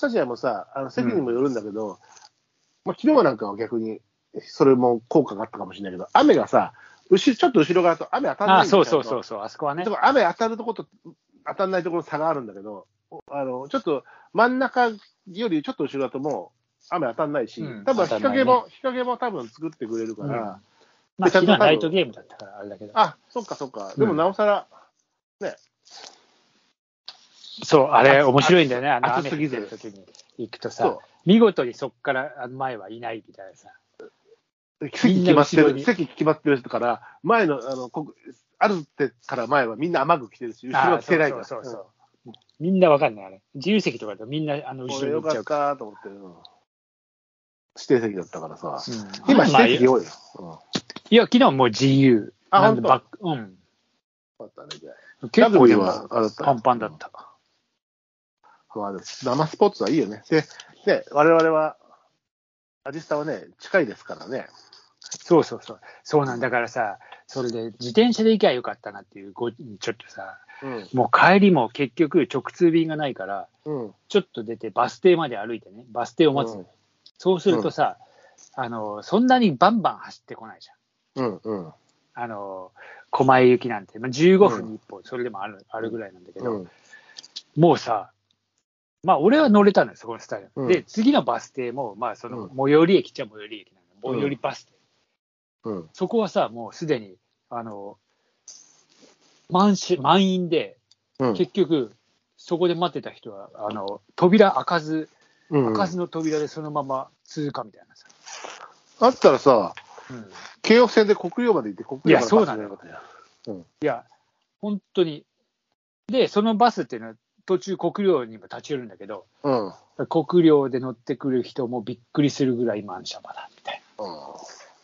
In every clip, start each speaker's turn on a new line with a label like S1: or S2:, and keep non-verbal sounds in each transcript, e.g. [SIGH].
S1: タジアもさ、あの席にもよるんだけど、まあ、昨日なんかは逆に、それも効果があったかもしれないけど、雨がさ、うしちょっと後ろ側と雨当たんない
S2: あ
S1: んだ
S2: そうそう
S1: ちゃんと
S2: そうそう、あそこはね
S1: で。も雨当たるところと当たらないところの差があるんだけど、おあのちょっと真ん中よりちょっと後ろだともう雨当たらないし、
S2: うん
S1: 多分
S2: 当た
S1: 日
S2: んないね
S1: 陰も、日陰も多分作ってくれるから、
S2: うんまあ、
S1: ちゃんと
S2: 昨日はライトゲームだったから、あれだけど。
S1: あそっかそっか、
S2: うん
S1: でもなおさら、
S2: そう、あれ、面白いんだよね、あの
S1: 暑
S2: 雨
S1: す
S2: 降
S1: ぎ
S2: っ
S1: ず
S2: てる時に行くとさ
S1: そ、
S2: 見事にそこからあの前はいないみたいなさ。
S1: う、
S2: み
S1: 席
S2: ん
S1: 決
S2: な
S1: まって
S2: 後ろ
S1: る、
S2: に
S1: 席決まってる人から、前の、あのこあるってから前はみんな雨具着てるし、後ろは着てないから、
S2: あそうそうそううんそう、みんなわかんない、あれ。自由席とかだとみんなあの後
S1: 俺
S2: ろに行
S1: よ
S2: っち
S1: か
S2: ゃ
S1: った
S2: うか
S1: と思ってる、うん指定席だったからさ、
S2: ら。うん
S1: 今、指
S2: まあ
S1: 定
S2: い
S1: 席多いよ。うんよ
S2: や、昨日もう自由。
S1: あ
S2: なんで
S1: 本当
S2: バックうん。
S1: かったねじゃあ
S2: 結構
S1: ラグビー
S2: 今
S1: は、あれだった
S2: パンパンだった。
S1: まあ、でも生スポーツはいいよね。で、ね、我々は、アジスタはね、近いですからね。
S2: そうそうそう。そうなんだからさ、それで自転車で行きゃよかったなっていう、ごちょっとさ、
S1: うん。
S2: もう帰りも結局直通便がないから、
S1: うん。
S2: ちょっと出てバス停まで歩いてね、バス停を待つの。
S1: うん
S2: そうするとさ、あの、そんなにバンバン走ってこないじゃん。
S1: うん。うん。
S2: あの、狛江行きなんて、まあ、15分に1本、それでもあるあるぐらいなんだけ
S1: う
S2: ど、
S1: ん。
S2: もうさ、まあ俺は乗れたのよ、そこのスタイル。
S1: うん
S2: で、次のバス停も、まあその
S1: う
S2: 最寄り駅っちゃ最寄り駅なの、
S1: うん
S2: 最寄りバス停。
S1: うん。
S2: そこはさ、もうすでに、あの、満し満員で、
S1: うん。
S2: 結局、そこで待ってた人は、あの、扉開かず、
S1: うん
S2: 開かずの扉でそのまま通過みたいなさ。
S1: あったらさ、
S2: うん
S1: 京王線で国領まで行って、国領まで
S2: いやそうなの
S1: よ。
S2: いや、本当に。で、そのバスっていうのは、途中国領にも立ち寄るんだけど、
S1: うん。うん。
S2: 国領で乗ってくる人もびっくりするぐらい満車場だ、みたい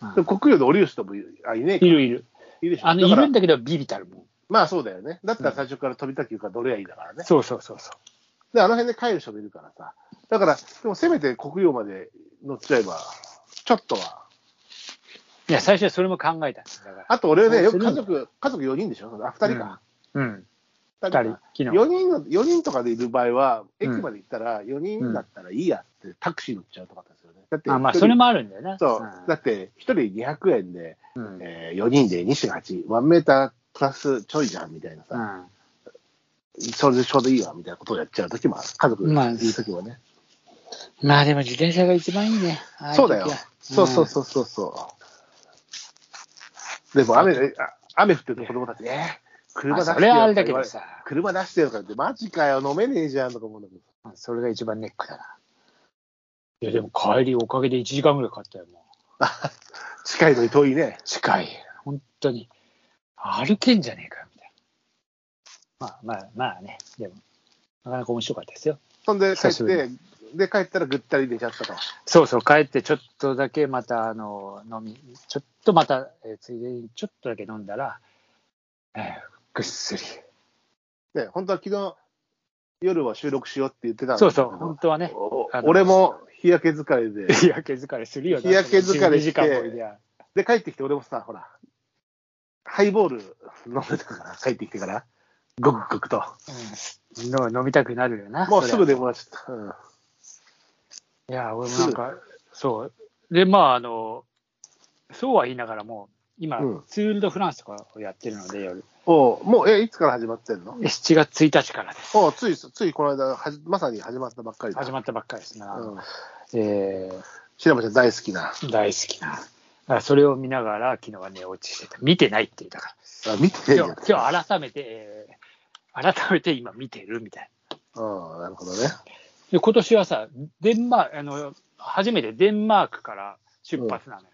S2: な。
S1: で国領で降りる人もいるあいねえか
S2: いるいる。
S1: いるでしょ
S2: あの、
S1: だ
S2: い
S1: から
S2: るんだけど、ビビたるもん。
S1: まあそうだよね。だったら最初から飛びたきゅうかどれがいいだからね。
S2: そうそうそうそう。
S1: で、あの辺で帰る人もいるからさ。だから、でもせめて国領まで乗っちゃえば、ちょっとは。
S2: いや、最初はそれも考えたんですだから。
S1: あと俺ね、
S2: そ
S1: よ
S2: う
S1: く
S2: する
S1: 家
S2: んだ
S1: 族、家族4人でしょあ、2人か。
S2: うん。
S1: 二
S2: 二
S1: か
S2: 人、昨日。
S1: 4人の4人とかでいる場合は、
S2: う
S1: 駅
S2: ん
S1: まで行ったら、4人だったらいいやって、タクシー乗っちゃうとかですよね。だって、
S2: あまあ、
S1: 一人
S2: それもあるんだよね。
S1: そう、
S2: ん
S1: だって、1人200円で、
S2: うん。うん
S1: えー、4人で28、1メータープラスちょいじゃんみたいなさ、それでちょうどいいわみたいなことをやっちゃうときもある、家族
S2: まあ
S1: でいるときもね。
S2: まあ、でも自転車が一番いいね。ああい
S1: そうだよ
S2: 時は。
S1: そうそうそうそうそう。でも雨、えあ雨降ってると子供たち、ね、
S2: ん
S1: 車出
S2: あ
S1: してよ
S2: それはあれだけどさ。
S1: 車出してよとか言って、マジかよ、飲めねえじゃんとか思うんだけど。
S2: うんそれが一番ネックだな。いや、でも帰りおかげで1時間ぐらいかかったよ、もう。
S1: 近いのに遠いね。
S2: 近い。本当に。歩けんじゃねえかよ、みたいな。まあまあまあね。でも、なかなか面白かったですよ。
S1: そんで帰
S2: 久
S1: っ
S2: しぶり
S1: て、で帰ったらぐったり寝ちゃったと。
S2: そうそう、帰ってちょっとだけまた、あの、飲み、ちょっとまた、えーついでにちょっとだけ飲んだら、えーぐっすり。
S1: で、本当は昨日夜は収録しようって言ってたんだけ
S2: そう
S1: ど
S2: そう、本当はね。
S1: お
S2: あの
S1: 俺も日焼け疲れで、
S2: 日焼け疲れするよね。
S1: 日焼け疲れ
S2: 12
S1: して
S2: 時間もいりゃ。
S1: で帰ってきて俺もさ、ほら、ハイボール飲んでたから、帰ってきてから、ごくごくと。
S2: うんの飲みたくなるよな。
S1: もうすぐ
S2: で
S1: でもらっちゃった。うん
S2: いや、俺もなんか、そう。で、まあ、あの、そうは言いながらも、今、
S1: うん
S2: ツール・ド・フランスとかをやってるので、夜
S1: おうもう、え、いつから始まってんの
S2: 7月1日からです。
S1: おうつい、ついこの間はじ、まさに始まったばっかりだ。
S2: 始まったばっかりですな。
S1: うん。
S2: え
S1: 白山ちゃん大好きな。
S2: ー大好きな。だからそれを見ながら、昨日は寝落ちしてた。見てないって言ったか
S1: あ見て
S2: ら。
S1: ねえよ
S2: 今日今日改めて、えー改めて今見てるみたいな。
S1: うん、なるほどね。
S2: で今年はさ、デンマーク、あの、初めてデンマークから出発なのよ。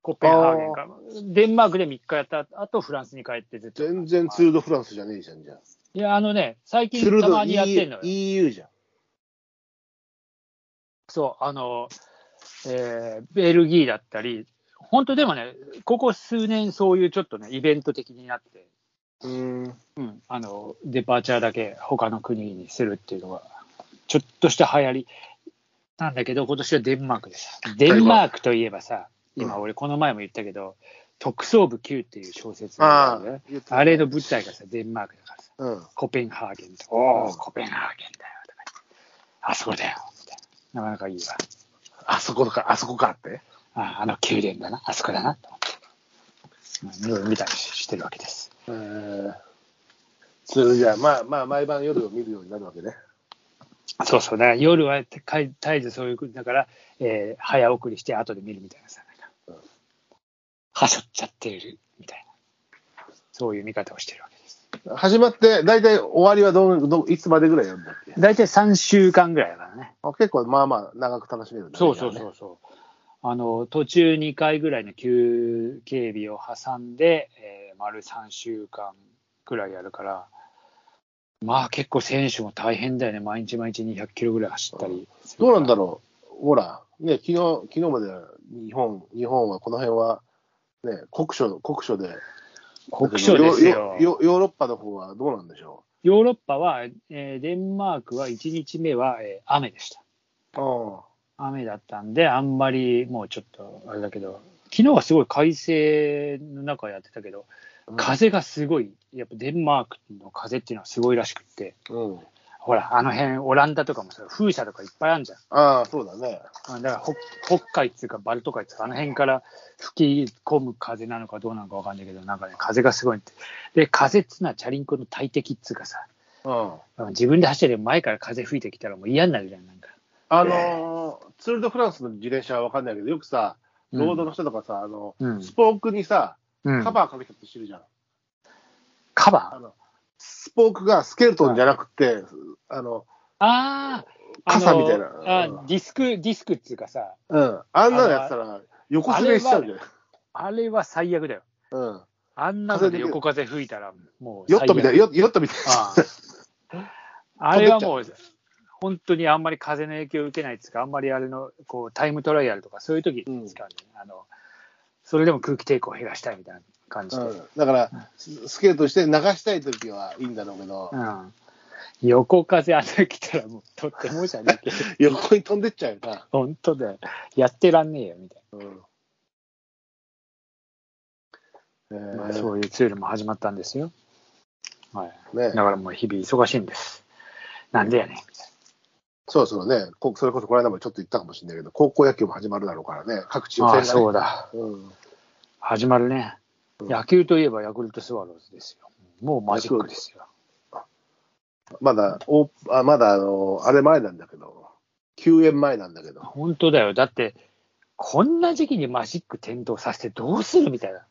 S2: コペンハーゲンから。デンマークで3日やった後、フランスに帰ってずっと。
S1: 全然ツールドフランスじゃねえじゃん、じゃあ。
S2: いや、あのね、最
S1: ツー
S2: 近
S1: ル
S2: た
S1: ド
S2: まにやってんのよ。
S1: EU じゃん。
S2: そう、あの、えーベルギーだったり、本当でもね、ここ数年そういうちょっとね、イベント的になって、
S1: うん。
S2: うん、あの、デパーチャーだけ他の国にするっていうのが、ちょっとした流行りなんだけど、今年はデンマークです。デンマークといえばさ、
S1: うん
S2: 今俺この前も言ったけど、特捜部 Q っていう小説があ
S1: あ
S2: るんだよ
S1: あ
S2: ね、
S1: 言ってた
S2: あれの舞台がさ、デンマークだからさ。
S1: うん。
S2: コペンハーゲンと。お
S1: うん
S2: コペンハーゲンだよとか言って。
S1: あそこだよ。
S2: なかなかいいわ。
S1: あそこか、あそこかって。
S2: ああの宮殿だな、あそこだな、と思って。うんいろいろ見たりしてるわけです。
S1: えー、それじゃあ、まあまあ、毎晩夜を見るようになるわけね。
S2: そうそう、だから夜は絶対絶えずそういう、だから、えー早送りして後で見るみたいなさ、なんか、はしょっちゃってるみたいな、そういう見方をしてるわけです。
S1: 始まって、大体終わりはどんどんいつまでぐらいやるんだっけ
S2: 大体3週間ぐらいだからね。
S1: あ結構、まあまあ、長く楽しめるんだね、
S2: そうそうそうそう。あの途中2回ぐらいの休憩日を挟んで、えー丸3週間ぐらいやるから、まあ結構選手も大変だよね、毎日毎日200キロぐらい走ったりする
S1: ど
S2: か
S1: う
S2: ら
S1: なんだろう、ほら、ね、昨日昨日まで日本日本はこの辺は、ね、国書国書で、
S2: 国書ですよ。
S1: ヨヨヨーロッパの方はどうなんでしょ
S2: ヨーロッパは、えーデンマークは1日目は、えー雨でした。
S1: う。あ
S2: 雨だったんで、あんまりもうちょっとあれだけど、昨日はすごい快晴の中やってたけど、
S1: うん
S2: 風がすごい、やっぱデンマークの風っていうのはすごいらしくって、
S1: うん、
S2: ほら、あの辺、オランダとかもさ、風車とかいっぱいあるじゃん。
S1: ああ、そうだね。
S2: うんだから北北海っていうか、バルト海っていうか、あの辺から吹き込む風なのかどうなのかわかんないけど、なんかね、風がすごいって。で、風っつうのはチャリンコの大敵っつうかさ、
S1: うん、
S2: 自分で走ってて前から風吹いてきたらもう嫌になるじゃん、なんか。
S1: あのーツール・ド・フランスの自転車は分かんないけど、よくさ、ロードの人とかさ、あの
S2: うん
S1: スポークにさ、
S2: うん
S1: カバーかけたって知るじゃん。
S2: カ
S1: あ
S2: バー
S1: のスポークがスケルトンじゃなくて、あの、
S2: ああ
S1: 傘みたいな
S2: あのあディスク、ディスクっていうかさ、
S1: うん、あんなのやってたら、横滑りしちゃうじゃん。
S2: あれは最悪だよ。
S1: うん、
S2: あんなので横風吹いたら、もう最
S1: ヨ
S2: 悪。
S1: ットみたい、ヨヨットみたい。
S2: [LAUGHS] あああれはもう、本当にあんまり風の影響を受けないですか、あんまりあれのこうタイムトライアルとか、そういう時に使うんだよね、あのそれでも空気抵抗を減らしたいみたいな感じで、
S1: うんだから、ススケートして流したいときはいいんだろうけど、
S2: うん横風当ててきたら、もうとってもじゃねえけど、
S1: 横に飛んでっちゃうよな。
S2: 本当だよ、やってらんねえよみたい
S1: うんえ
S2: な、
S1: ー
S2: まあそういうツールも始まったんですよ、はい、
S1: ね
S2: だ、からもう日々忙しいんです、なんでやねんみたい
S1: そうそうね、こそれこそこの間もちょっと言ったかもしれないけど、高校野球も始まるだろうからね、各地
S2: な、
S1: 予
S2: あ
S1: 選
S2: あ、そううだ、
S1: うん、
S2: 始まるね、
S1: うん
S2: 野球といえばヤクルトスワローズですよ、もうマジックですよ。
S1: まだおあ、まだあの、あれ前なんだけど、休園前なんだけど、
S2: 本当だよ。だって、こんな時期にマジック点灯させてどうするみたいな。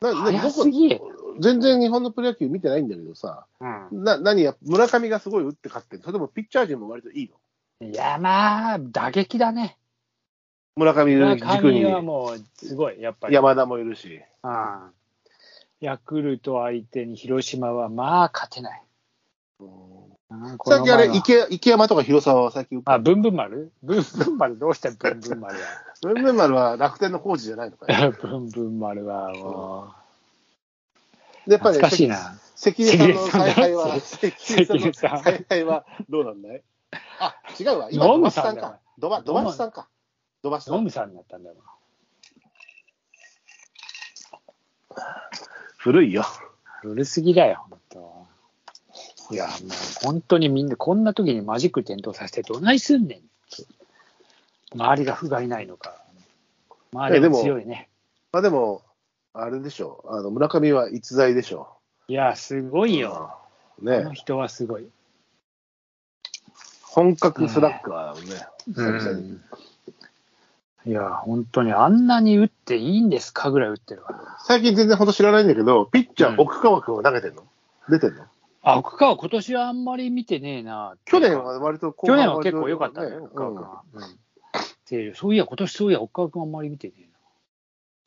S1: なな
S2: 早すぎ
S1: 僕全然日本のプロ野球見てないんだけどさ、
S2: う
S1: な何や、村上がすごい打って勝ってる、それでもピッチャー陣も割といいの、
S2: ん。いや、まあ、打撃だね。
S1: 村上
S2: 村
S1: 軸
S2: 上
S1: に
S2: はもう、すごい、やっぱり。
S1: 山田もいるし。
S2: うんヤクルト相手に広島は、まあ、勝てない。うんこの
S1: 最近あれ
S2: 前は
S1: 池、池山とか広沢は最近、
S2: あ、ブンブン丸ブンブン丸、どうしたブンブン丸
S1: ブンブン丸は楽天のコーチじゃないのか
S2: [LAUGHS]
S1: よ。 [LAUGHS]
S2: は。ブンブン丸は、も
S1: でや
S2: う、
S1: っぱり、
S2: 懐かしいな。
S1: 関関根さんの采配は、関
S2: 関根さん
S1: 根さんの采配はどうなんだいあ、違うわ。今、
S2: ノ
S1: 土橋
S2: ムさ
S1: さん
S2: んだ
S1: か。土橋土橋さんか。土橋さ
S2: ノ
S1: ん。
S2: ムさんになったんだろう。
S1: 古いよ。
S2: 古すぎだよ、本当。いや、もう本当にみんな、こんな時にマジック点灯させてどないすんねんって周りが不甲斐ないのか。周り
S1: えで
S2: が
S1: も
S2: 強いね。
S1: まあでも、あれでしょう。あの、村上は逸材でしょ
S2: いや、すご
S1: う。
S2: いよ。
S1: うん。
S2: この
S1: ね
S2: 人はすごい。
S1: 本格スラッガーをね、久々に。
S2: いや、本当にあんなに打っていいんですかぐらい打ってるわ。
S1: 最近全然ほんと知らないんだけど、ピッチャ
S2: う
S1: ー、
S2: ん
S1: 奥川君は投げてんの出てんの
S2: あ、奥川、今年はあんまり見てねえな。
S1: 去年は割と後
S2: 去
S1: 半
S2: 年
S1: 割
S2: は
S1: と
S2: 結構良かったね、
S1: うん
S2: 奥川君は。うんでそういや、今年そういや、奥川君あんまり見てねえな。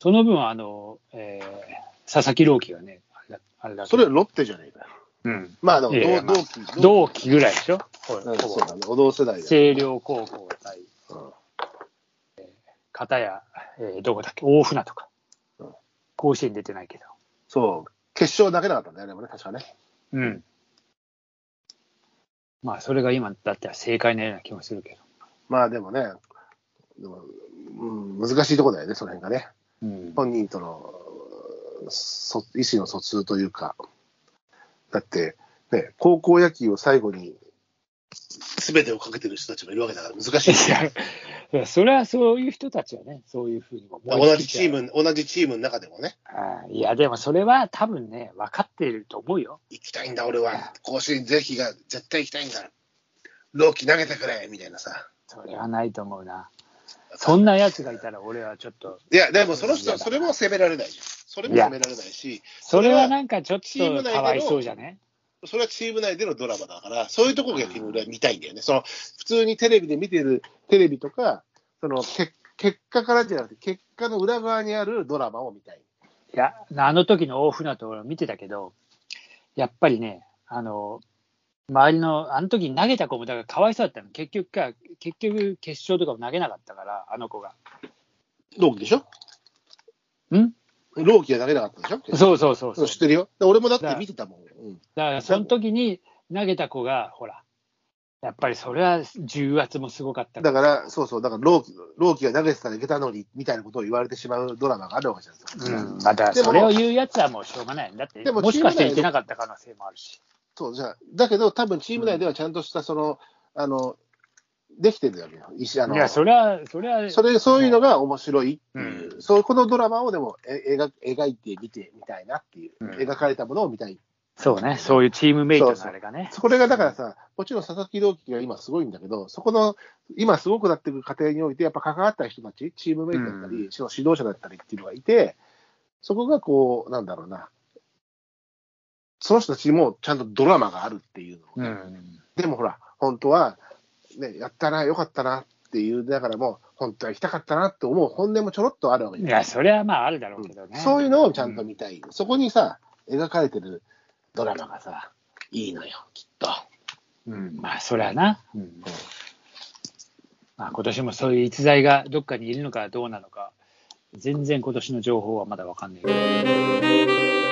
S2: その分、あの、えー佐々木朗希がね、あれだあれだけ
S1: それはロッテじゃねえかよ。
S2: うん、
S1: まあでも
S2: いやいや
S1: 同、同期。同
S2: 同期ぐらいでしょ、ほ
S1: うん
S2: ほ
S1: そう
S2: ぼ
S1: だね。お同世代だ。
S2: 星稜高校対、
S1: うん
S2: 片や、えーどこだっけ、大船とか
S1: うん、
S2: 甲子園出てないけど、
S1: そう。決勝投げなかったんだよね、でもね、確かね。
S2: うん。まあ、それが今だったら正解なような気もするけど。
S1: まあでもね、でもうん、難しいところだよね、その辺がね。
S2: [LAUGHS] うん
S1: 本人とのうんそ意思の疎通というか、だって、ね、高校野球を最後に全てをかけてる人たちもいるわけだから難しい
S2: いやいや、それはそういう人たちはね、そういうふうに思い
S1: 同
S2: つ
S1: じ
S2: いち
S1: チ
S2: ゃう
S1: ーム、同じチームの中でもね、
S2: あーいや、でもそれは多分ね、分かっていると思うよ。
S1: 行きたいんだ、俺は、甲子園、ぜひが絶対行きたいんだ、朗希投げてくれみたいなさ、
S2: それはないと思うな。そんなやつがいたら俺はちょっと、
S1: いや、でもその人はそれも責められないじゃん、それも責められないし、
S2: それはなんかちょっ
S1: チーム
S2: と
S1: 内で
S2: か
S1: の
S2: わいそうじゃね
S1: それはチーム内でのドラマだから、そういうところが逆に俺は見たいんだよね、その普通にテレビで見てるテレビとか、そのけ結果からじゃなくて、結果の裏側にあるドラマを見たい。
S2: いや、あの時の大船渡を見てたけど、やっぱりね、あの、周りの、あの時投げた子も、だからかわいそうだったの。結局か、結局決勝とかも投げなかったから、あの子が。
S1: 朗希でしょ
S2: ん
S1: 朗希が投げなかったでしょ
S2: そうそうそうそう。
S1: 知ってるよ。俺もだって見てたもん。うん
S2: だから、その時に投げた子が、ほら、やっぱりそれは重圧もすごかったから
S1: だから、そうそう、だから、朗希朗希が投げてたらいけたのに、みたいなことを言われてしまうドラマがあるわけじゃないですか。
S2: うん、また
S1: でも
S2: それを言うやつはもうしょうがない。だって、
S1: でも
S2: もしかしていけなかった可能性もあるし。
S1: そう、じゃあだけど、多分チーム内ではちゃんとした、その、あの、できてるわけよ。石あの
S2: いや、それは、それは、
S1: それ、そういうのが面白いっていう、
S2: う
S1: そう、このドラマをでもえ描描いてみてみたいなっていう、
S2: うん
S1: 描かれたものを見たい。
S2: そうね、そういうチームメイトのあれがね。
S1: それがだからさ、もちろん佐々木朗希が今すごいんだけど、そこの、今すごくなっていく過程において、やっぱ関わった人たち、チームメイトだったり、指
S2: う
S1: 導者だったりっていうのがいて、そこがこう、なんだろうな、その人たちにもちゃんとドラマがあるっていうの。
S2: うん。
S1: でもほら、本当は、ね、やったな、よかったなっていう、だからもう、本当は行きたかったなって思う本音もちょろっとあるわけじゃ
S2: い
S1: ん
S2: や、それはまああるだろうけどね。
S1: そういうのをちゃんと見たい、そこにさ、描かれてるドラマがさ、いいのよ、きっと。
S2: うん、まあ、それはな。うんまあ、今年もそういう逸材がどっかにいるのかどうなのか、全然今年の情報はまだわかんないけど。